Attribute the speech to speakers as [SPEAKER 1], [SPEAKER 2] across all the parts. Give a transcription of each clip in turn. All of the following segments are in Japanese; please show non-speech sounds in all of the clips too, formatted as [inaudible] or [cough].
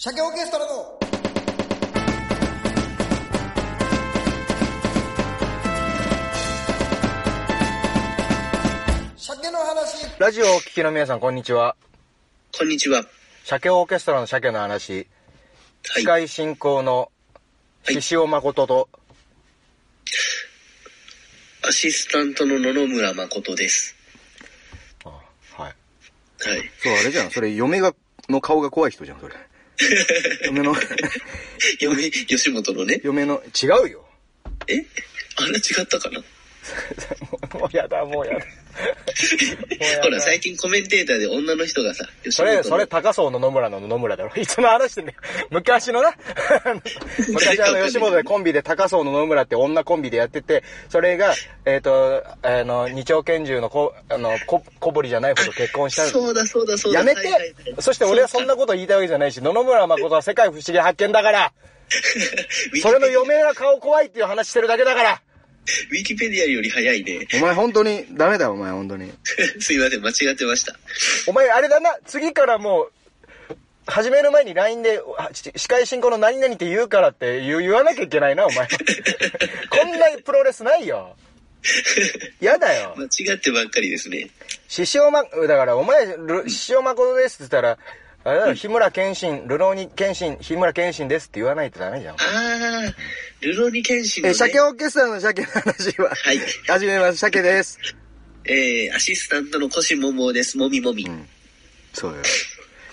[SPEAKER 1] 鮭オーケストラの鮭の話
[SPEAKER 2] ラジオをお聞きの皆さん、こんにちは。
[SPEAKER 3] こんにちは。
[SPEAKER 2] 鮭オーケストラの鮭の話、
[SPEAKER 3] は
[SPEAKER 2] 司
[SPEAKER 3] い。
[SPEAKER 2] 会進行の
[SPEAKER 3] はい
[SPEAKER 2] 獅子雄誠と、
[SPEAKER 3] アシスタントの野々村誠です。
[SPEAKER 2] あはい。
[SPEAKER 3] はい。
[SPEAKER 2] そう、あれじゃん。それ、嫁が、の顔が怖い人じゃん、 [laughs] それ。嫁 [laughs] の、
[SPEAKER 3] 嫁、吉本のね。
[SPEAKER 2] 嫁の、違うよ。 [laughs]
[SPEAKER 3] えあれ違ったかな
[SPEAKER 2] もうやだ、 [laughs] もうやだ。
[SPEAKER 3] ほら、最近コメンテーターで女の人がさ、吉
[SPEAKER 2] そ
[SPEAKER 3] 本の
[SPEAKER 2] れ、それ、高荘の野村の野々村だろ。 [laughs] いつの話してんだよ。昔
[SPEAKER 4] [laughs]
[SPEAKER 2] のな。昔あの、吉本でコンビで高荘の野々村って女コンビでやってて、それが、えっ、と、あの、二丁拳銃のこ、あの、こ、小堀じゃない方と結婚したの
[SPEAKER 3] そうだそうだそうだ。
[SPEAKER 2] やめて、
[SPEAKER 3] はいはいはい
[SPEAKER 2] そして俺はそんなこと言いたいわけじゃないし、野々村誠は世界不思議発見だから、それの余命な顔怖いっていう話してるだけだから。
[SPEAKER 3] ウィキペディアより早いね。 [laughs]
[SPEAKER 4] お前本当にダメだよ、お前本当に。
[SPEAKER 3] すいません、間違ってました。 [laughs]
[SPEAKER 2] お前あれだな、次からもう、始める前に LINE で、あし司会進行の何々って言うからって言う言わなきゃいけないな、お前。こんなプロレスないよ。やだよ。
[SPEAKER 3] 間違ってばっかりですね。
[SPEAKER 2] 獅子王ま、だから、お前、ル獅子王誠ですって言ったら、あれだろ、日村謙信、ルローニ謙信、日村謙信ですって言わないとダメじゃん。
[SPEAKER 3] あー、ルロニケンシンの、
[SPEAKER 4] え、
[SPEAKER 3] ね、
[SPEAKER 4] 鮭オーケストラの鮭の話は、
[SPEAKER 3] はい
[SPEAKER 4] 始めます。鮭です。
[SPEAKER 3] えー、アシスタントのコシモモです。もみもみ。
[SPEAKER 4] そうよ。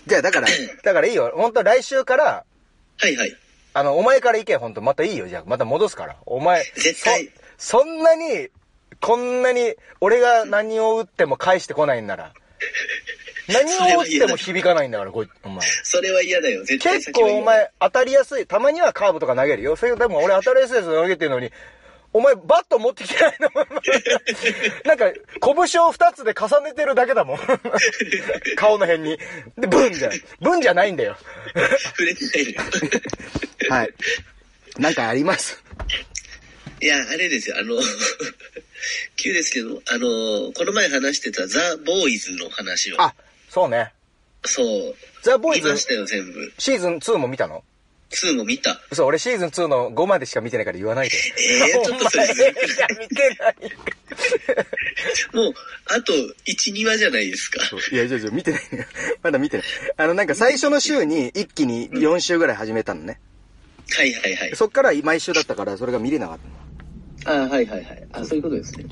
[SPEAKER 4] じゃあだから、
[SPEAKER 2] だからいいよ。本当来週から、
[SPEAKER 3] はいはい。
[SPEAKER 2] あの、お前から行け、本当またいいよ、じゃあ。また戻すから。お前、
[SPEAKER 3] 絶対
[SPEAKER 2] そ、そんなに、こんなに、俺が何を打っても返してこない
[SPEAKER 4] [laughs]
[SPEAKER 2] んなら。何を打っても響かないんだから、こいお前。
[SPEAKER 3] それは嫌だよ。絶対
[SPEAKER 2] 結
[SPEAKER 3] 先は
[SPEAKER 2] 構
[SPEAKER 3] 言
[SPEAKER 2] お
[SPEAKER 3] わない。
[SPEAKER 2] 前、当たりやすい。たまにはカーブとか投げるよ。それでも俺当たりやすいやつ投げてるのに、お前、バット持ってきてないの [laughs] なんか、拳を二つで重ねてるだけ
[SPEAKER 4] [laughs]
[SPEAKER 2] だもん。顔の辺に。で、ブンじゃん。ブンじゃないんだよ。
[SPEAKER 3] 触れてないのよ。 [laughs]
[SPEAKER 4] はい。なんかあります。
[SPEAKER 3] いや、あれですよ、あの、 [laughs] 急ですけど、あの、この前話してたザ・ボーイズの話を。
[SPEAKER 2] あ、そうね。
[SPEAKER 3] そう。
[SPEAKER 2] ザ・ボーイ
[SPEAKER 3] 見
[SPEAKER 2] ズ
[SPEAKER 3] ましたよ、全部。
[SPEAKER 2] シーズン2も見たの
[SPEAKER 3] 2も見た。
[SPEAKER 2] 嘘、俺シーズン2の5までしか見てないから言わないで。
[SPEAKER 3] えーちょっとそれ
[SPEAKER 2] お前映画見てない。
[SPEAKER 3] もう、あと、1、2話じゃないですか。
[SPEAKER 4] いや、じゃあじゃあ見てない。まだ見てない。あの、なんか最初の週に一気に4週ぐらい始めたのね。
[SPEAKER 3] はいはいはい。
[SPEAKER 4] そっから毎週だったから、それが見れなかったの
[SPEAKER 3] あはいはいはい。あそういうことですね。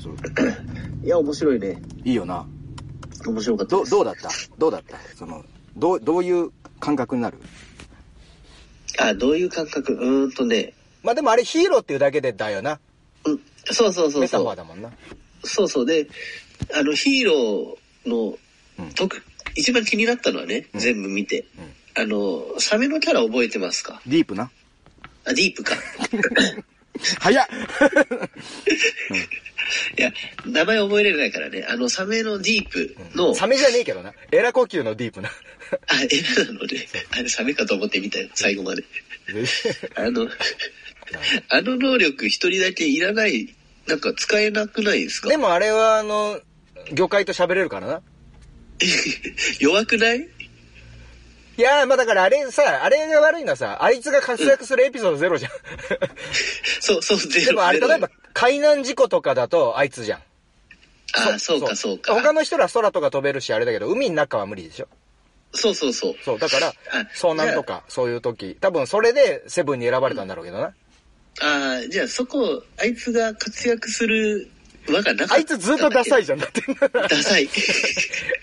[SPEAKER 3] いや、面白いね。
[SPEAKER 4] いいよな。
[SPEAKER 3] 面白かった
[SPEAKER 4] ど、どうだったどうだったその、どう、どういう感覚になる
[SPEAKER 3] あどういう感覚うーんとね。
[SPEAKER 2] まあでもあれヒーローっていうだけでだよな。
[SPEAKER 3] うん。そうそうそう
[SPEAKER 2] メタ
[SPEAKER 3] そ
[SPEAKER 2] ファー
[SPEAKER 3] う。
[SPEAKER 2] だもんな。
[SPEAKER 3] そうそう。で、あの、ヒーローの、特、一番気になったのはね、全部見て。あの、サメのキャラ覚えてますか
[SPEAKER 4] ディープな
[SPEAKER 3] あ、ディー
[SPEAKER 2] [laughs]
[SPEAKER 3] プか。
[SPEAKER 4] 早っ
[SPEAKER 3] いや、名前覚えられないからね。あの、サメのディープの、
[SPEAKER 2] [laughs] サメじゃねえけどな。エラ呼吸のディープ
[SPEAKER 4] [laughs]
[SPEAKER 2] な。
[SPEAKER 3] あ、え、なので、あれサメかと思ってみたよ、最後まで。あの、あの能力一人だけいらない、なんか使えなくないですか
[SPEAKER 2] でもあれはあの、魚介と喋れるからな。
[SPEAKER 3] [laughs] 弱くない
[SPEAKER 2] いやー、まあだからあれさ、あれが悪いのはさ、あいつが活躍するエピソードゼロじゃん。
[SPEAKER 3] そう、そう、ゼロ。
[SPEAKER 2] でもあれ、
[SPEAKER 3] ゼロ
[SPEAKER 2] 例えば、海難事故とかだとあいつじゃん。
[SPEAKER 3] あ、そうか、そうか。
[SPEAKER 2] 他の人ら空とか飛べるしあれだけど、海の中は無理でしょ。
[SPEAKER 3] そうそうそう。
[SPEAKER 2] そう、だから
[SPEAKER 3] あ、
[SPEAKER 2] 遭難とか、そういう時、多分それでセブンに選ばれたんだろうけどな。
[SPEAKER 3] ああ、じゃあそこ、あいつが活躍する輪がなかった。
[SPEAKER 2] あいつずっとダサい
[SPEAKER 3] じ
[SPEAKER 2] じゃん、だって。
[SPEAKER 3] ゃん。ダ
[SPEAKER 2] [laughs]
[SPEAKER 3] サい。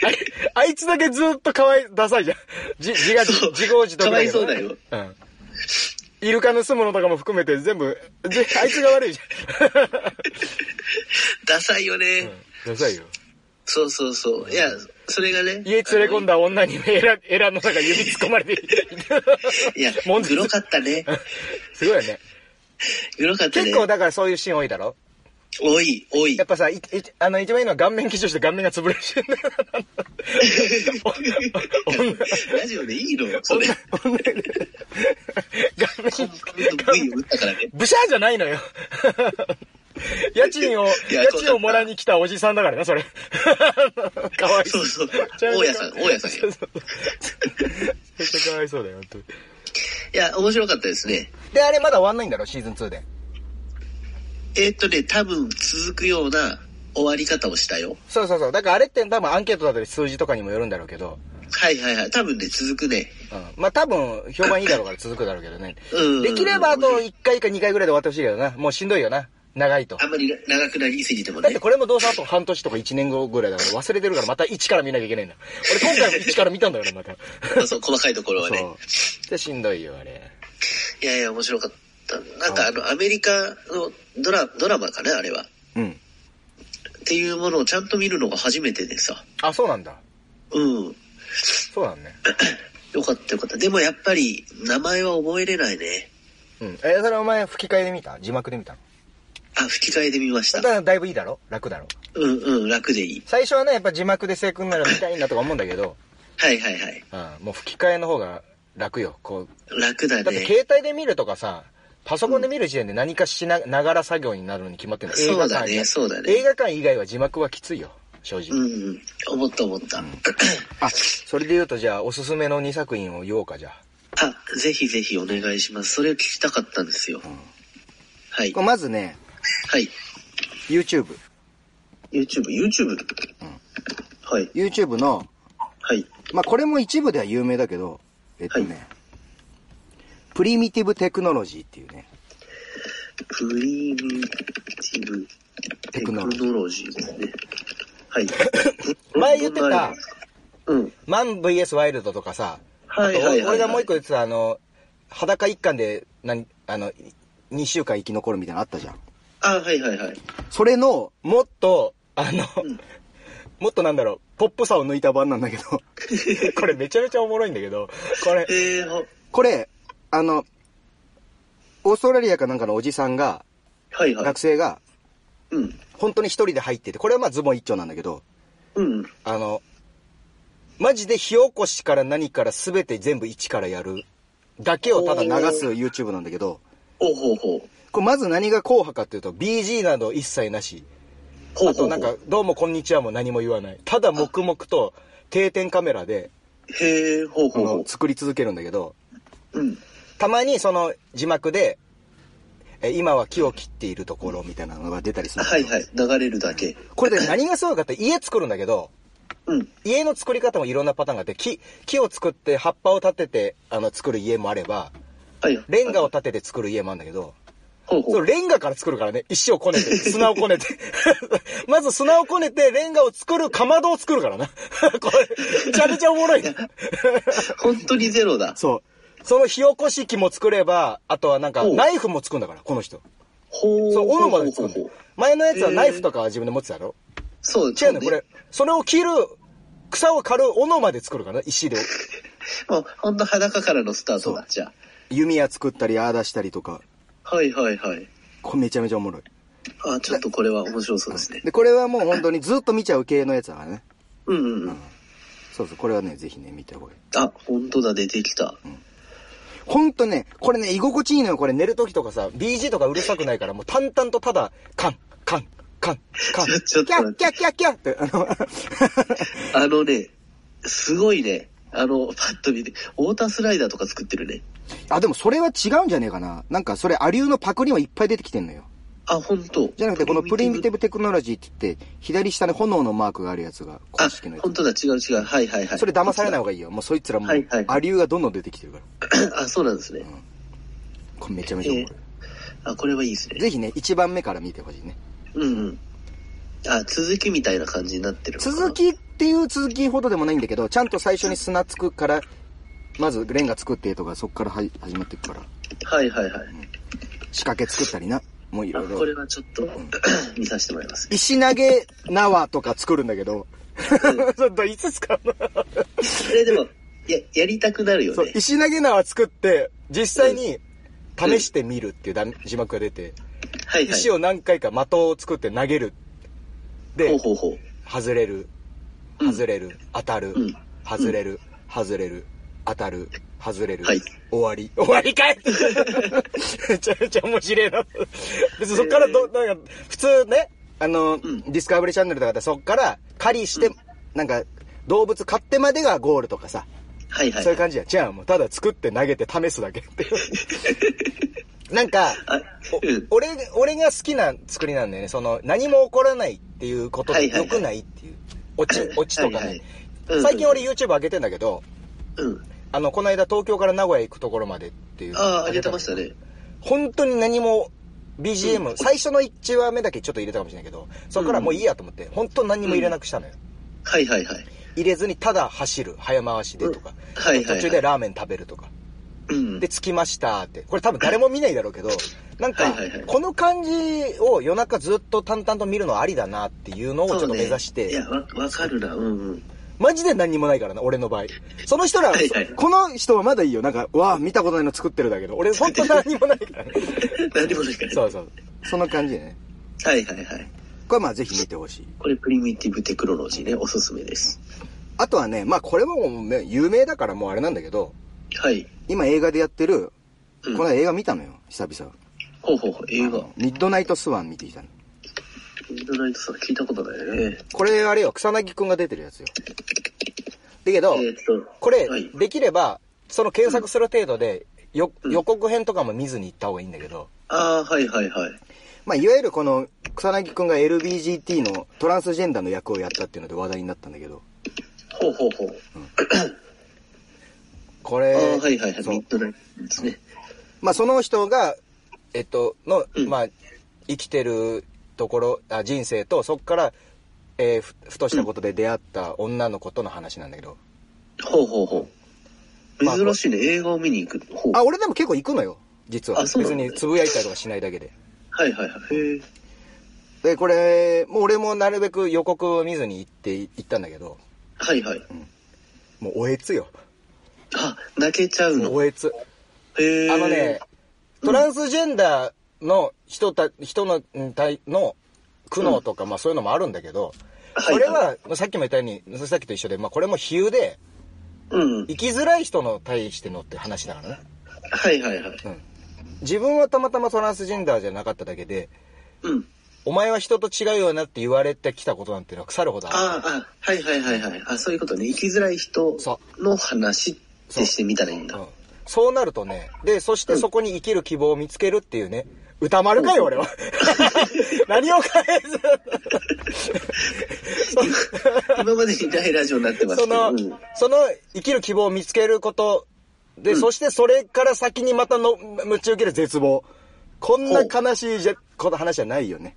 [SPEAKER 2] あいあいつだけずっとかわい、ダサいじゃん。じ、自画自
[SPEAKER 3] そう
[SPEAKER 2] 自業自得けど
[SPEAKER 3] かわいそう
[SPEAKER 2] うん。イルカ盗むのとかも含めて全部、ぜあいつが悪いじ
[SPEAKER 3] ダサいよね。
[SPEAKER 2] ゃん。うんダサいよ。
[SPEAKER 3] そうそうそう。いや、それがね。
[SPEAKER 2] 家連れ込んだ女にエラ、エラの中指突っ込まれて
[SPEAKER 3] いや、
[SPEAKER 2] もん
[SPEAKER 3] グロかったね。
[SPEAKER 2] すごいよね。
[SPEAKER 3] グロかったね。
[SPEAKER 2] 結構だからそういうシーン多いだろ
[SPEAKER 3] 多い、多
[SPEAKER 2] [laughs]
[SPEAKER 3] い
[SPEAKER 2] やっ。ぱさ、いいあの、一番いいのは顔面基準して顔面が潰れるし。
[SPEAKER 3] [laughs] ラジオでいいのそれ。
[SPEAKER 2] 顔面
[SPEAKER 3] 部位を打ったからね。
[SPEAKER 2] ブシャーじゃない [laughs] のよ。家賃を、
[SPEAKER 3] いや
[SPEAKER 2] 家賃をもらいに来たおじさんだからな、そ [laughs] れ。かわいそ。
[SPEAKER 3] そううそう。
[SPEAKER 2] めちゃめ
[SPEAKER 3] 大
[SPEAKER 2] ち
[SPEAKER 3] 家
[SPEAKER 2] ゃ
[SPEAKER 3] さん、大家さん
[SPEAKER 2] そう
[SPEAKER 3] よ。
[SPEAKER 2] そうめっちゃかわいそうだよ、本当に。
[SPEAKER 3] いや、面白かったですね。
[SPEAKER 2] で、あれまだ終わんないんだろ、シーズン2で。
[SPEAKER 3] えーっとね、多分続くような終わり方をしたよ。
[SPEAKER 2] そうそうそう。だからあれって多分アンケートだったり数字とかにもよるんだろうけど、
[SPEAKER 3] はいはいはい。多分ね、続くね。
[SPEAKER 2] うん。まあ多分評判いいだろうから続くだろうけどね。
[SPEAKER 3] うん
[SPEAKER 2] できればあと1回か2回ぐらいで終わってほしいけどな。もうしんどいよな。長いと。
[SPEAKER 3] あんまり長くなりすぎても
[SPEAKER 2] だっ
[SPEAKER 3] ね
[SPEAKER 2] て。これもどうせあと半年とか1年後ぐらいだから忘れてるからまた1から見なきゃいけないんだ。俺今回も1から見たんだよな、また。
[SPEAKER 3] そうそう、細かいところはね。
[SPEAKER 2] そう。で、しんどいよ、あれ。
[SPEAKER 3] いやいや、面白かった。なんかあの、アメリカのドラドラマかな、あれは。
[SPEAKER 2] うん。
[SPEAKER 3] っていうものをちゃんと見るのが初めてでさ。
[SPEAKER 2] あ、そうなんだ。
[SPEAKER 3] うん。
[SPEAKER 2] そうなんね。
[SPEAKER 3] よかったよかった。でもやっぱり、名前は覚えれないね。
[SPEAKER 2] うん。え、それお前吹き替えで見た字幕で見たの
[SPEAKER 3] あ、吹き替えで見まし
[SPEAKER 2] だ
[SPEAKER 3] た
[SPEAKER 2] か。らだいぶいいだろ楽だろ
[SPEAKER 3] うんうん、楽でいい。
[SPEAKER 2] 最初はね、やっぱ字幕で制くんなら見たいなとか思うんだけど、
[SPEAKER 3] はいはいはい。
[SPEAKER 2] うん。もう吹き替えの方が楽よ。こう。
[SPEAKER 3] 楽だ
[SPEAKER 2] だって
[SPEAKER 3] ね。
[SPEAKER 2] 携帯で見るとかさ、パソコンで見る時点で何かしなながら作業になるのに決まってる
[SPEAKER 3] そうだねそうだね
[SPEAKER 2] 映画館以外は字幕はきついよ。正直。
[SPEAKER 3] うんうん、思った思った。
[SPEAKER 2] あ、それで言うとじゃあ、おすすめの2作品を言おうか、じゃあ。
[SPEAKER 3] あ、ぜひぜひお願いします。それを聞きたかったんですよ。はい
[SPEAKER 4] こ。れまずね、
[SPEAKER 3] はい。
[SPEAKER 4] YouTube。
[SPEAKER 3] YouTube、YouTube。はい。
[SPEAKER 4] YouTube の、
[SPEAKER 3] はい。
[SPEAKER 4] まあ、これも一部では有名だけど、えっとね、
[SPEAKER 3] はい
[SPEAKER 4] プリミティブテクノロジーっていうね、
[SPEAKER 3] プリミティブテクノロジーですね。はい。
[SPEAKER 2] 前言ってた、
[SPEAKER 3] うん。
[SPEAKER 2] マン VS ワイルドとかさ、
[SPEAKER 3] はいはいはいはい
[SPEAKER 2] あと俺がもう一個言ってた、あの、裸一貫で、何、あの、
[SPEAKER 4] 2週間生き残るみたいなのあったじゃん。
[SPEAKER 3] あ、はいはいはい。
[SPEAKER 4] それの、
[SPEAKER 2] もっと、あの、
[SPEAKER 3] ん
[SPEAKER 2] もっとなんだろう、
[SPEAKER 4] ポップさを抜いた版なんだ [laughs] けど、
[SPEAKER 2] これめちゃめちゃおもろいんだけど、これ、
[SPEAKER 3] えー、は
[SPEAKER 4] これ、あの、オーストラリアかなんかのおじさんが、
[SPEAKER 3] はいはい
[SPEAKER 4] 学。生が、
[SPEAKER 3] うん。
[SPEAKER 4] 本当に一人で入ってて、これはまあズボン一丁なんだけど、
[SPEAKER 3] うん。
[SPEAKER 4] あの、
[SPEAKER 2] マジで火起こしから何から全て全部一からやる。だけを
[SPEAKER 4] た
[SPEAKER 2] た
[SPEAKER 4] だ
[SPEAKER 2] だ
[SPEAKER 4] 流
[SPEAKER 2] な、
[SPEAKER 4] す YouTube なんだけど、
[SPEAKER 3] おうほうほう。
[SPEAKER 2] これまず何が硬派かっていうと、BG など一切なし。
[SPEAKER 3] ほう
[SPEAKER 2] あ
[SPEAKER 3] ほ
[SPEAKER 2] と
[SPEAKER 3] う
[SPEAKER 2] なん
[SPEAKER 3] ほ
[SPEAKER 2] か
[SPEAKER 3] う。、
[SPEAKER 2] どうもこんにちはも何も言わない。ただ黙々と定点カメラで、
[SPEAKER 3] へえ、ほう
[SPEAKER 2] あ
[SPEAKER 3] ほうほ
[SPEAKER 2] の、作り続けるんだけど、
[SPEAKER 3] う。うん。
[SPEAKER 2] たまにその字幕で、え今は木を切っているところみたいなのが出たりする。
[SPEAKER 3] はいはい。流れるだけ。
[SPEAKER 2] これで何がすごいかって家作るんだけど、
[SPEAKER 3] うん。
[SPEAKER 2] 家の作り方もいろんなパターンがあって、木、木を作って葉っぱを立てて、あの、作る家もあれば、
[SPEAKER 3] はいはい。
[SPEAKER 2] レンガを立てて作る家もあるんだけど、
[SPEAKER 3] ほうほ
[SPEAKER 2] そうう、。レンガから作るからね、石をこね
[SPEAKER 3] [laughs]
[SPEAKER 2] て、砂をこねて。 [laughs] まず砂をこねて、レンガを作る、かまどを作るからな。 [laughs] これ、めちゃめちゃおもろいな。
[SPEAKER 3] 本当にゼロだ。
[SPEAKER 2] [laughs] そう。その火起こし器も作れば、あとはなんか、
[SPEAKER 3] おう
[SPEAKER 2] ナイフも作るんだから、この人。
[SPEAKER 3] ほう。
[SPEAKER 2] そう、斧まで
[SPEAKER 3] ほ
[SPEAKER 2] 作
[SPEAKER 3] う
[SPEAKER 2] る
[SPEAKER 3] ほ
[SPEAKER 2] ん
[SPEAKER 3] う
[SPEAKER 2] だ
[SPEAKER 3] ほ
[SPEAKER 2] よ
[SPEAKER 3] う。
[SPEAKER 2] 前のやつはナイフとかは自分で持ってたろ
[SPEAKER 3] そう、
[SPEAKER 2] 違う
[SPEAKER 3] そ
[SPEAKER 2] ね、
[SPEAKER 3] ね
[SPEAKER 2] これ。。それを切る、草を刈る斧まで作るからな、石で。
[SPEAKER 3] もう、ほんと裸からのスタートだ、じゃ
[SPEAKER 4] 弓矢作ったり、ああ出したりとか、
[SPEAKER 3] あ。はいはいはい。
[SPEAKER 4] これめちゃめちゃおもろい。
[SPEAKER 3] あ、ちょっとこれは面白そうですね。
[SPEAKER 4] で、これはもう本当にずっと見ちゃう系のやつだからね。
[SPEAKER 3] うんうんうん。
[SPEAKER 4] そうそう、これはね、ぜひね、見た方がいい。
[SPEAKER 3] あ、本当だ、出てきた。
[SPEAKER 4] ほんとね、これね、居心地いいのよ、これ
[SPEAKER 2] 寝
[SPEAKER 4] 寝る
[SPEAKER 2] る
[SPEAKER 4] と。
[SPEAKER 2] 時とかさ、BG とかうるさくないから、もう淡々とただ、カン、カン、カン、カン。
[SPEAKER 3] [laughs] ちょちょっと
[SPEAKER 2] キャッキャッキャッキャッって。
[SPEAKER 4] あの、
[SPEAKER 3] あのね、すごいね。あの、パッと見て、ウォータースライダーとか作ってるね。
[SPEAKER 4] [laughs] あ、でもそれは違うんじゃねえかな。なんかそれ、アリューのパクリはいっぱい出てきてんのよ。
[SPEAKER 3] あ、本当。
[SPEAKER 4] じゃなくて、このプリミティ
[SPEAKER 3] ブ。
[SPEAKER 4] ブテクノロジーって言って、左下に炎のマークがあるやつが、公
[SPEAKER 3] あ
[SPEAKER 4] 式の、や
[SPEAKER 3] 本
[SPEAKER 4] つ。
[SPEAKER 3] 当だ、違う違う。はいはいはい。
[SPEAKER 4] それ騙されない方がいいよ。もうそいつらもう
[SPEAKER 3] はいはい、
[SPEAKER 4] アリューがどんどん出てきてるから。
[SPEAKER 3] あ、そうなんですね。
[SPEAKER 4] これめちゃめちゃおもろ
[SPEAKER 3] あ、これはいいです
[SPEAKER 4] い。
[SPEAKER 3] ね。
[SPEAKER 4] ぜひね、一番目から見てほしいね。
[SPEAKER 3] うんうん。あ、続きみたいな感じになってるのかな。
[SPEAKER 4] 続きっていう続きほどでもないんだけど、ちゃんと最初に砂つくから、まずレンガ作ってとか、そっからはい始まっていくから、
[SPEAKER 3] はいはいはい。
[SPEAKER 4] 仕掛け作ったりな。もうい
[SPEAKER 3] あ
[SPEAKER 4] ろい
[SPEAKER 3] こ
[SPEAKER 4] ろ。
[SPEAKER 3] れはちょっと、 [clears throat] 見させてもらいます。
[SPEAKER 4] 石投げ縄とか作るんだけど、 [laughs]
[SPEAKER 2] ちょっといつ使うの
[SPEAKER 3] それでも、や、やりたくなるよ
[SPEAKER 2] そう、
[SPEAKER 3] ね。
[SPEAKER 2] 石投げ縄作って、実際に試してみるっていうだ字幕が出て、
[SPEAKER 3] はいはい。
[SPEAKER 2] 石を何回か的を作って投げる。
[SPEAKER 3] ほ
[SPEAKER 2] で
[SPEAKER 3] う、ほうほう。
[SPEAKER 2] 外れる、
[SPEAKER 3] うん
[SPEAKER 2] 外れる、当たる
[SPEAKER 3] うん、
[SPEAKER 2] 外れる、外れる、当たる、外れる
[SPEAKER 3] はい、
[SPEAKER 2] 終わり。終わりかい [laughs] めちゃめちゃ面白いな。別にそっからど、なんか、普通ね、
[SPEAKER 4] あの、
[SPEAKER 3] ん
[SPEAKER 4] ディスカバリーチャンネルとかでそっから狩りして、なんか、動物買ってまでがゴールとかさ、
[SPEAKER 3] はいはい
[SPEAKER 2] そういう感じや。じゃあもうただ作って投げて試すだけって
[SPEAKER 3] [laughs]
[SPEAKER 2] いう。なんか、
[SPEAKER 3] あうん
[SPEAKER 2] お俺、俺が好きな作りなんだよね。その、何も起こらないっていうこと
[SPEAKER 3] は
[SPEAKER 2] で
[SPEAKER 3] いはい
[SPEAKER 2] 良
[SPEAKER 3] はい
[SPEAKER 2] くないっていう。落ち、落ちとか
[SPEAKER 3] はいは
[SPEAKER 2] ね
[SPEAKER 3] いうん。
[SPEAKER 2] 最近俺 YouTube 上げてんだけど、
[SPEAKER 3] うん。
[SPEAKER 2] あの、この間東京から名古屋行くところまでっていう。
[SPEAKER 3] ああ、あげてましたね。
[SPEAKER 2] 本当に何も BGM、
[SPEAKER 3] うん
[SPEAKER 2] 最初の1話目だけちょっと入れたかもしれないけど、そこからもういいやと思って、本当何も入れなくしたのよ。
[SPEAKER 3] はいはいはい。
[SPEAKER 2] 入れずにただ走る、早回しでとか、
[SPEAKER 3] うんはいはいはい
[SPEAKER 2] 途中でラーメン食べるとか。
[SPEAKER 3] うん。
[SPEAKER 2] で、着きましたって。これ多分誰も見ないだろ
[SPEAKER 3] [laughs]
[SPEAKER 2] うけど、なんか
[SPEAKER 3] はいはいはい、
[SPEAKER 2] この感じを夜中ずっと淡々と見るのありだなっていうのをちょっと目指し
[SPEAKER 3] そうねい
[SPEAKER 2] て
[SPEAKER 3] や、、わ、わかるな。うんうん。 [laughs]
[SPEAKER 2] マジで何にもないからな、俺の場合。その人ら、
[SPEAKER 3] はいはい
[SPEAKER 4] この人はまだいいよ。なんか、わあ、見たことないの作ってるだけど、俺、
[SPEAKER 2] 俺本当何にもない
[SPEAKER 3] [laughs]
[SPEAKER 2] からね。
[SPEAKER 3] 何もないからね。
[SPEAKER 2] そうそう。
[SPEAKER 4] そんな感じでね。
[SPEAKER 3] はいはいはい。
[SPEAKER 4] これはまあ、ぜひ見てほしい。
[SPEAKER 3] これ、プリミティブテクノロジーね、おすすめです。
[SPEAKER 4] あとはね、まあ、これももうね、有名だからもうあれなんだけど、
[SPEAKER 3] はい。
[SPEAKER 4] 今映画でやってる、
[SPEAKER 3] うん
[SPEAKER 4] この間映画見たのよ、久々。
[SPEAKER 3] ほうほうほう、映画。
[SPEAKER 4] ミッドナイトスワン見てきたの。
[SPEAKER 3] ミッドナイトさん聞いたことないね。
[SPEAKER 4] これあれよ、草薙くんが出てるやつよ。
[SPEAKER 2] だけど、
[SPEAKER 3] えーっと、
[SPEAKER 2] これ
[SPEAKER 3] はい、
[SPEAKER 2] できれば、その検索する程度で、よ
[SPEAKER 3] ん
[SPEAKER 2] 予告編とかも見ずに行った方がいいんだけど、
[SPEAKER 3] ああ、はいはいはい。
[SPEAKER 4] まあ、いわゆるこの、草薙くんが LBGT のトランスジェンダーの役をやったっていうので話題になったんだけど、
[SPEAKER 3] ほうほうほう。
[SPEAKER 4] こ
[SPEAKER 3] あ
[SPEAKER 4] れ、
[SPEAKER 3] あ、はいはいはい。
[SPEAKER 4] そう
[SPEAKER 3] ミッドナイトですね。
[SPEAKER 4] まあ、その人が、
[SPEAKER 2] えっと、の、
[SPEAKER 3] うん
[SPEAKER 2] まあ、生きてるところ、あ人生と、そこから、えーふ、ふとしたことで出会った女の子との話なんだけど、
[SPEAKER 3] ほうほうほう。
[SPEAKER 2] まあ
[SPEAKER 3] 珍しいね。映画を見に行く。ほう。
[SPEAKER 4] あ、俺でも結構行くのよ、実は。
[SPEAKER 3] あそうな
[SPEAKER 2] 別
[SPEAKER 3] んだ
[SPEAKER 2] につぶやいたりとかしないだけで。
[SPEAKER 3] はいはいはい。へえ。
[SPEAKER 2] で、これ、もう俺もなるべく予告を見ずに行って、行ったんだけど、
[SPEAKER 3] はいはい。
[SPEAKER 2] もうおえつよ。
[SPEAKER 3] あ、泣けちゃう
[SPEAKER 2] もう
[SPEAKER 3] の。
[SPEAKER 2] おえつ。
[SPEAKER 3] へえ。
[SPEAKER 2] あのね、、トランスジェンダーの人た、人の、んたいの苦悩とか、まあそういうのもあるんだけど、
[SPEAKER 3] はい
[SPEAKER 2] こ
[SPEAKER 3] はい
[SPEAKER 2] れは、まあさっきも言ったように、さっきと一緒で、まあこれも比喩で、
[SPEAKER 3] うん。
[SPEAKER 2] 生きづらい人の対してのって話だからね。
[SPEAKER 3] はいはいはい。
[SPEAKER 2] 自分はたまたまトランスジェンダーじゃなかっただけで、
[SPEAKER 3] うん。
[SPEAKER 2] お前は人と違うよなって言われてきたことなんてのは腐るほどある。
[SPEAKER 3] ああ、あはいはいはいはい。あ、そういうことね。生きづらい人
[SPEAKER 2] そ
[SPEAKER 3] の話ってしてみたらいいんだ
[SPEAKER 2] うん。そうなるとね、で、そしてそこに生きる希望を見つけるっていうね、歌丸かよ、俺は。 [laughs] 何を返す
[SPEAKER 3] 今までにないラジオになってます
[SPEAKER 2] そ
[SPEAKER 3] け
[SPEAKER 2] の、
[SPEAKER 3] ど。うん
[SPEAKER 2] その生きる希望を見つけることで、そしてそれから先にまたの、夢中受ける絶望。こんな悲しいじゃ、こと話じゃないよね。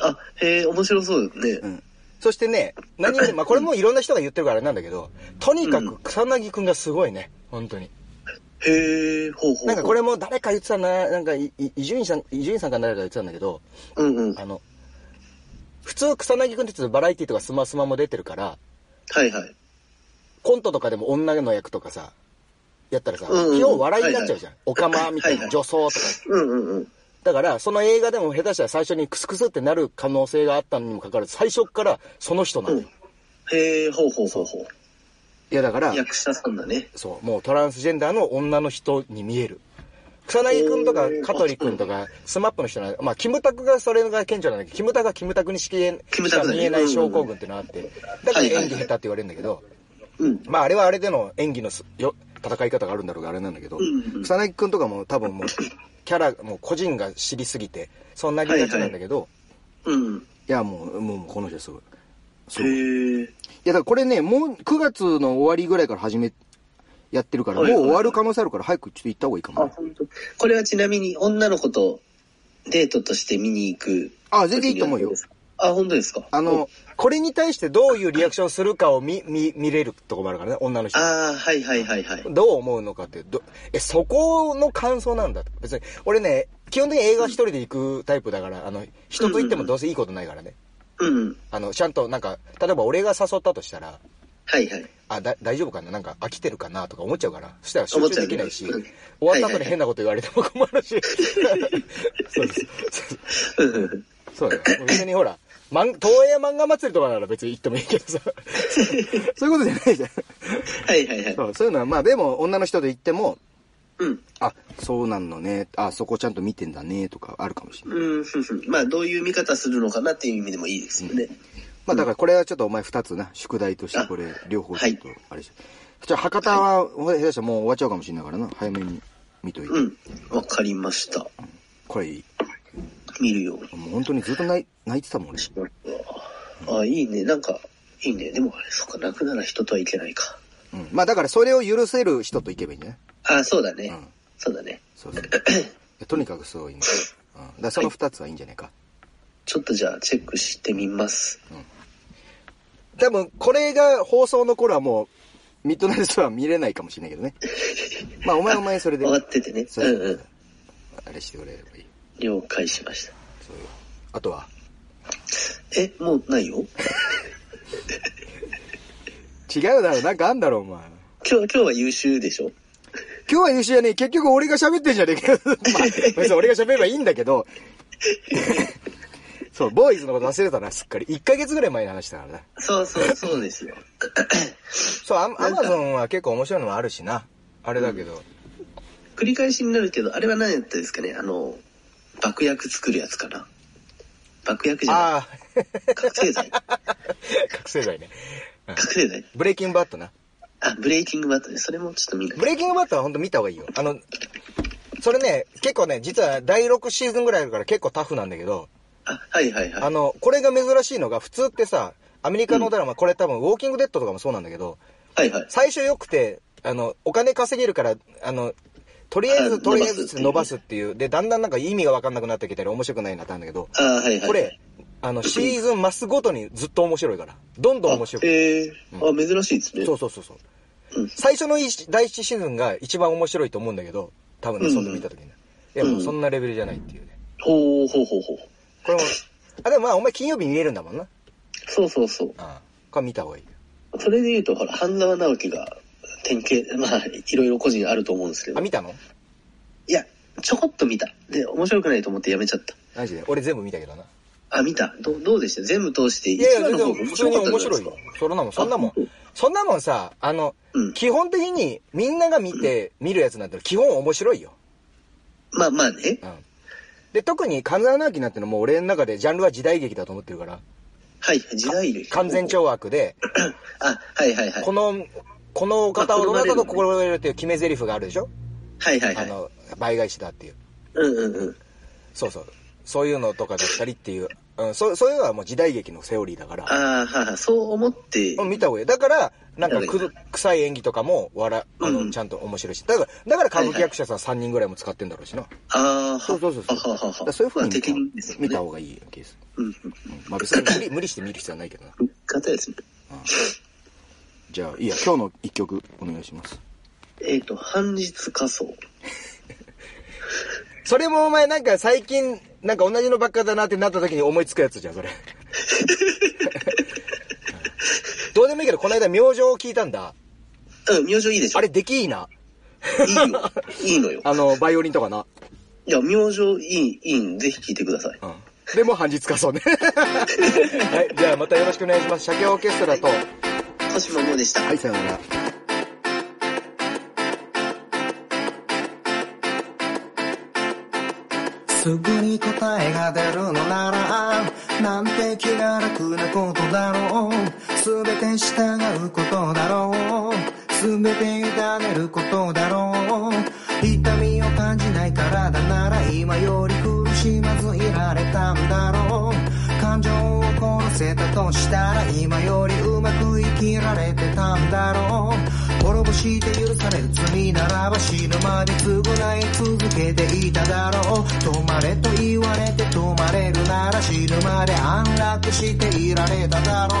[SPEAKER 3] あ、へえ、面白そうね。
[SPEAKER 4] うん。
[SPEAKER 2] そしてね、何より、まあこれもいろんな人が言ってるからあれなんだけど、とにかく草薙くんがすごいね。本当に。
[SPEAKER 3] へえ、ほうほうほう。
[SPEAKER 2] なんかこれも誰か言ってたな、なんかいい伊集院さん、伊集院さんか誰かが言ってたんだけど、
[SPEAKER 3] うんうん。は
[SPEAKER 2] あの、普通草薙くんってちょっとバラエティとかスマスマも出てるから、
[SPEAKER 3] いはい。
[SPEAKER 2] コントとかでも女の役とかさ、やったらさ、
[SPEAKER 3] うんうん
[SPEAKER 2] 基本笑いになっちゃうじゃん。オカマみたい
[SPEAKER 3] はいは
[SPEAKER 2] な、
[SPEAKER 3] い
[SPEAKER 2] 女装とか。
[SPEAKER 3] うんうんうん。
[SPEAKER 2] だから、その映画でも下手したら最初にクスクスってなる可能性があったにもかかわらず、最初からその人な
[SPEAKER 3] う
[SPEAKER 2] のよ
[SPEAKER 3] ん。へえ、ほうほうほうほ
[SPEAKER 4] いや、だから
[SPEAKER 3] う。、役者さんだね。
[SPEAKER 2] そう、もうトランスジェンダーの女の人に見える。草薙くんとか
[SPEAKER 3] おー、
[SPEAKER 2] 香取くんとか、スマップの人なまあ、キムタクがそれが顕著なんだけど、キムタクはキムタクにし
[SPEAKER 3] キム
[SPEAKER 2] か
[SPEAKER 3] タクだね
[SPEAKER 2] 見えない症候群っていうのがあって、だから演技下手って言われるんだけど、
[SPEAKER 3] うん。
[SPEAKER 2] まあ、あれはあれでの演技のすよ戦い方があるんだろうがあれなんだけど、
[SPEAKER 3] うんうん
[SPEAKER 2] 草薙くんとかも多分もう、キャラ、もう個人が知りすぎて、そうなりがちなんだけど、
[SPEAKER 3] うん。
[SPEAKER 4] いや、もう、もう、もうこの人すごい。すごい。い
[SPEAKER 3] へえ。
[SPEAKER 4] や、だからこれね、もう9月の終わりぐらいから始め、やってるから、も
[SPEAKER 3] は
[SPEAKER 4] う
[SPEAKER 3] いはい
[SPEAKER 4] 終わる可能性あるから、早くちょっと行った方がいいか
[SPEAKER 3] あ、
[SPEAKER 4] も。
[SPEAKER 3] 本当。これはちなみに女の子とデートとして見に行く。
[SPEAKER 4] あ、全然いいと思うよ。。
[SPEAKER 3] あ、本当ですか
[SPEAKER 4] あの、
[SPEAKER 2] これに対してどういうリアクションするかを見、見、見れるとこもあるからね、女の人。
[SPEAKER 3] ああ、はいはいはいはい。
[SPEAKER 2] どう思うのかって、ど、え、そこの感想なんだと。別に、俺ね、基本的に映画一人で行くタイプだから、あの、人と行ってもどうせいいことないからね。
[SPEAKER 3] うん。
[SPEAKER 2] あの、ちゃんとなんか、例えば俺が誘ったとしたら、
[SPEAKER 3] はいはい。
[SPEAKER 2] あ、だ、大丈夫かななんか飽きてるかなとか思っちゃうから。そしたら集中できないし、
[SPEAKER 3] 思っちゃうね
[SPEAKER 2] 終わった
[SPEAKER 3] はいは
[SPEAKER 2] 後
[SPEAKER 3] いは
[SPEAKER 2] に
[SPEAKER 3] い
[SPEAKER 2] 変なこと言われても困
[SPEAKER 3] [laughs]
[SPEAKER 2] るし。そうです。
[SPEAKER 3] うんうん
[SPEAKER 2] そうだよ。別にほ
[SPEAKER 4] [laughs]
[SPEAKER 2] ら、漫東映漫画祭りとかなら別に行ってもいいけどさ。
[SPEAKER 4] そういうことじゃないじゃん。
[SPEAKER 3] はいはいはい。
[SPEAKER 4] [laughs] そうそういうのは、まあ、でも、女の人と行っても、
[SPEAKER 3] うん。
[SPEAKER 4] あ、そうなんのね、あ、そこちゃんと見てんだね、とかあるかもしれない。
[SPEAKER 3] うん、ふんふんまあ、どういう見方するのかなっていう意味でもいいですよね。
[SPEAKER 4] まあ、だからこれはちょっとお前2つな、宿題としてこれ、両方ちょっと、あれしじゃあ、博多は、下手したらもう終わっちゃうかもしれないからな。早めに見といて。
[SPEAKER 3] うん。わかりました。
[SPEAKER 4] これいい。
[SPEAKER 3] 見るよ。
[SPEAKER 4] もう本当にずっと泣い泣いてたもん、俺。
[SPEAKER 3] あ、いいね。なんか、いいね。でもあれ、そっか、泣くなら人とはいけないか。
[SPEAKER 4] うん。まあだから、それを許せる人と行けばいいんじゃない
[SPEAKER 3] あ、そうだね。
[SPEAKER 4] うん
[SPEAKER 3] そうだね。
[SPEAKER 4] そう
[SPEAKER 3] [laughs]
[SPEAKER 4] そう。いやとにかくそういいんだよ。うん。だからその二つはいいんじゃないか。
[SPEAKER 3] ちょっとじゃあ、チェックしてみます。
[SPEAKER 4] 多分、これが放送の頃はもう、ミッドナイトストアは見れないかもしれないけど
[SPEAKER 3] [laughs]
[SPEAKER 4] ね。まあ、お前お前それで。
[SPEAKER 3] 終わっててね。
[SPEAKER 4] そううそう
[SPEAKER 3] んうん。
[SPEAKER 4] あれしてくれればいい。
[SPEAKER 3] 了解しました。
[SPEAKER 4] そういう。あとは、
[SPEAKER 3] え、もうないよ
[SPEAKER 4] 違うだろ、なんかあんだろ、お前。
[SPEAKER 3] 今日、今日は優秀でしょ
[SPEAKER 4] 今日は優秀やね、結局俺が喋ってんじゃねえかよ。まあ、別に俺が喋ればいいんだけど。 [laughs] そう、ボーイズのこと忘れたな、すっかり。1ヶ月ぐらい前に話したからね。
[SPEAKER 3] そうそう、そうです [laughs] よ。
[SPEAKER 4] そう、アマアマゾンは結構面白いのもあるしな。あれだけど。
[SPEAKER 3] 繰り返しになるけど、あれは何やったんですかねあの、爆薬作るやつかな爆薬じゃない
[SPEAKER 4] ああ、
[SPEAKER 3] 覚
[SPEAKER 2] [laughs]
[SPEAKER 3] 醒
[SPEAKER 4] [laughs]
[SPEAKER 3] 剤。
[SPEAKER 4] 覚醒剤ね。うん
[SPEAKER 3] 覚醒剤。
[SPEAKER 4] ブレイキングバットな。
[SPEAKER 3] あ、ブレイキングバットね。それもちょっと見ない
[SPEAKER 4] ブ。レイキングバットは本当見た方がいいよ。あの、それね、結構ね、実は第6シーズンぐらいあるから結構タフなんだけど、
[SPEAKER 3] あ、はいはい
[SPEAKER 2] あ
[SPEAKER 3] は
[SPEAKER 2] の、これが珍しいのが、普通ってさ、アメリカのドラマ、これ多分、ウォーキングデッドとかもそうなんだけど、
[SPEAKER 3] い。はいはい。
[SPEAKER 2] 最初良くて、あの、お金稼げるから、あの、とりあえ
[SPEAKER 3] あ
[SPEAKER 2] ず、とりあえずって
[SPEAKER 3] 伸
[SPEAKER 2] 伸
[SPEAKER 3] ば
[SPEAKER 2] ば
[SPEAKER 3] す
[SPEAKER 2] す
[SPEAKER 3] っ
[SPEAKER 2] っていう。で、だんだんなんか意味がわかんなくなってきたり、面白くないなってなんだけど、
[SPEAKER 3] あ、はいはい。
[SPEAKER 2] これ、あの、シーズン増すごとにずっと面白いから。どんどん面白
[SPEAKER 3] あ
[SPEAKER 2] い。
[SPEAKER 3] ええあ、珍しいですね。
[SPEAKER 2] そうそうそうそう
[SPEAKER 3] うん。
[SPEAKER 2] 最初の一第一シーズンが一番面白いと思うんだけど、多分ね、
[SPEAKER 3] うん
[SPEAKER 2] そんな見た時にね。いや、もうそんなレベルじゃないっていうね。
[SPEAKER 3] ほうほうほうほう。
[SPEAKER 2] これも、あ、でもまあ、お前金曜日見れるんだもんな。
[SPEAKER 3] そうそうそう。
[SPEAKER 2] ああこれ見た方がいい。
[SPEAKER 3] それで言うと、ほら、半沢直樹が、典型、まあ、いろいろ個人あると思うんですけ
[SPEAKER 2] あ、
[SPEAKER 3] ど。
[SPEAKER 2] 見たの
[SPEAKER 3] いや、ちょこっと見た。で、面白くないと思ってやめちゃった。
[SPEAKER 2] マジで。俺全部見たけどな。
[SPEAKER 3] あ、見た。どうどうでした全部通して、
[SPEAKER 2] いやい
[SPEAKER 3] 1
[SPEAKER 2] や、
[SPEAKER 3] 話
[SPEAKER 2] 全然
[SPEAKER 3] の方が面
[SPEAKER 2] 普通
[SPEAKER 3] 白
[SPEAKER 2] に
[SPEAKER 3] かった
[SPEAKER 2] 面
[SPEAKER 3] じゃな
[SPEAKER 2] 白
[SPEAKER 3] い
[SPEAKER 2] い
[SPEAKER 3] です
[SPEAKER 2] よ
[SPEAKER 3] か。。
[SPEAKER 2] そんなもん、そんなもん
[SPEAKER 3] あそう。
[SPEAKER 2] そんなもんさ、あの、
[SPEAKER 3] うん
[SPEAKER 2] 基本的にみんなが見て見るやつなんて基本面白いよ。
[SPEAKER 3] まあまあね
[SPEAKER 2] う。ん。で、特に神沢直樹なんてのもう俺の中でジャンルは時代劇だと思ってる
[SPEAKER 3] [laughs]
[SPEAKER 2] から、
[SPEAKER 3] はい、時代劇。
[SPEAKER 2] 完全懲悪で、
[SPEAKER 3] あ、はいはいはい。
[SPEAKER 2] この、このお方をどなたと心得るっていう決め台詞があるでしょ
[SPEAKER 3] はいはいは
[SPEAKER 2] あ
[SPEAKER 3] い。
[SPEAKER 2] の、倍返しだっていう。
[SPEAKER 3] うんうんうん。
[SPEAKER 2] そうそう。そういうのとかだったりっていう、うん、そうそういうのはもう時代劇のセオリーだから。
[SPEAKER 3] ああ、はいはい。そう思って、
[SPEAKER 2] 見た方がいい。だから、なんか
[SPEAKER 3] 見た
[SPEAKER 2] く
[SPEAKER 3] 方がいい
[SPEAKER 2] ど、臭い演技とかも、笑、あ
[SPEAKER 3] うん
[SPEAKER 2] の、ちゃんと面白いし。だから、だから歌舞伎役者さん3人ぐらいも使ってんだろうしな。
[SPEAKER 3] ああ、
[SPEAKER 4] そうそうそうそう。
[SPEAKER 3] ははは
[SPEAKER 4] だか
[SPEAKER 3] は
[SPEAKER 4] らそういう風に見
[SPEAKER 3] 敵
[SPEAKER 4] た
[SPEAKER 3] にですよね
[SPEAKER 4] 見た方がいいよケース。
[SPEAKER 3] うんうん。
[SPEAKER 4] うんまあ別に無理無理して見る必要はないけどな。
[SPEAKER 3] 方ですね。
[SPEAKER 4] じゃあ、いいや、今日の一曲お願いします。
[SPEAKER 3] えっ、と、半日仮想。
[SPEAKER 2] それもお前なんか最近、なんか同じのばっかだなってなった時に思いつくやつじゃ
[SPEAKER 4] [laughs]
[SPEAKER 2] ん、それ。どうでもいいけど、この間、明星を聞いたんだ。
[SPEAKER 3] うん、明星いいでしょ
[SPEAKER 2] あれ、できいいな。
[SPEAKER 3] い
[SPEAKER 4] [laughs]
[SPEAKER 3] いよ。いいのよ。
[SPEAKER 2] あの、バイオリンとかな。
[SPEAKER 3] いや、明星いい、いいん、ぜひ聞いてください。
[SPEAKER 2] うん。でも、半日
[SPEAKER 4] [laughs]
[SPEAKER 2] かそうね。はい、じゃあまたよろしくお願いします。鮭オーケストラと、は
[SPEAKER 3] 小島もでした。
[SPEAKER 4] はい、さようなら。
[SPEAKER 1] すぐに答えが出るのならなんて気が楽なことだろうすべて従うことだろうすべて委ねることだろう痛みを感じない体なら今より苦しまずいられたんだろう感情を殺せたとしたら今よりうまく生きられてたんだろう滅ぼして許される罪ならば死ぬまで償い続けていただろう止まれと言われて止まれるなら死ぬまで安楽していられただろうあんたがも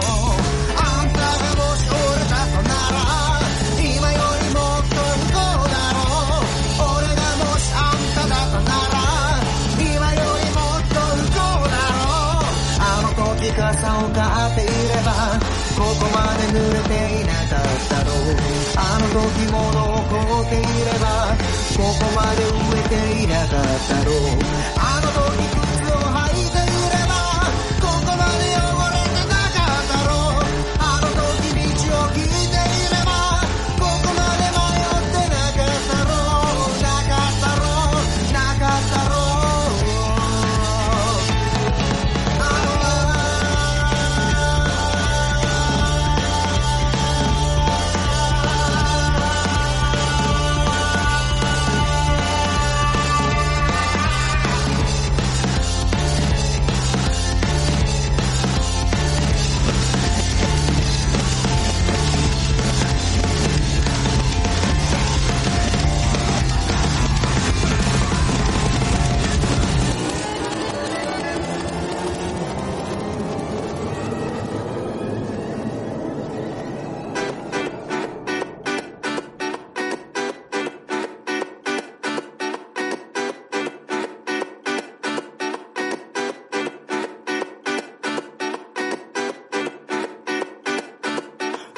[SPEAKER 1] し俺だとなら今よりもっと不幸だろう俺がもしあんただとなら今よりもっと不幸だろうあの時傘を買っていればここまで濡れていなかったろうあの時物を凍っていればここまで植えていなかったろうあの時靴を履いていればここまで汚れてなかったろうあの時道を聞いていればここまで迷ってなかったろうなかったろうなかったろうあ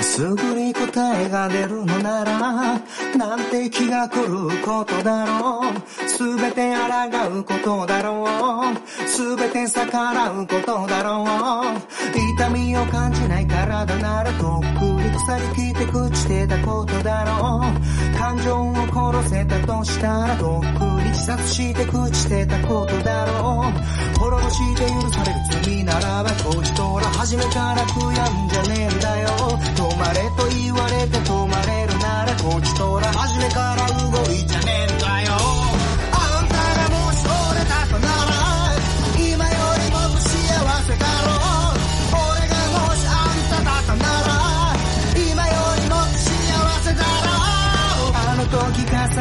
[SPEAKER 1] すぐに答えが出るのならなんて気が狂うことだろうすべて抗うことだろうすべて逆らうことだろう痛みを感じない体ならとっくに腐りきって朽ちてたことだろう感情を殺せたとしたらとっくに自殺して朽ちてたことだろう滅ぼして許される罪ならばこちとら初めから悔やんじゃねえんだよ止まれと言われて止まれるならこちとら初めから動いちゃねえんだよあんたがもし折れたとなら今よりもっと幸せだろう俺がもしあんただったなら今よりもっと幸せだろうあの時傘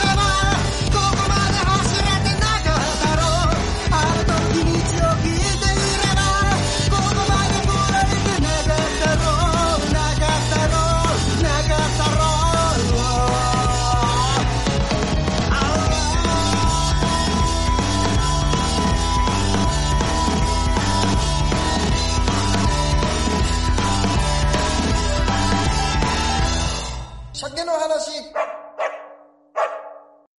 [SPEAKER 1] ればここまで走れてなかったろうあの時道を聞いていればここまで来られてなかったろうなかったろうなかったろう鮭の話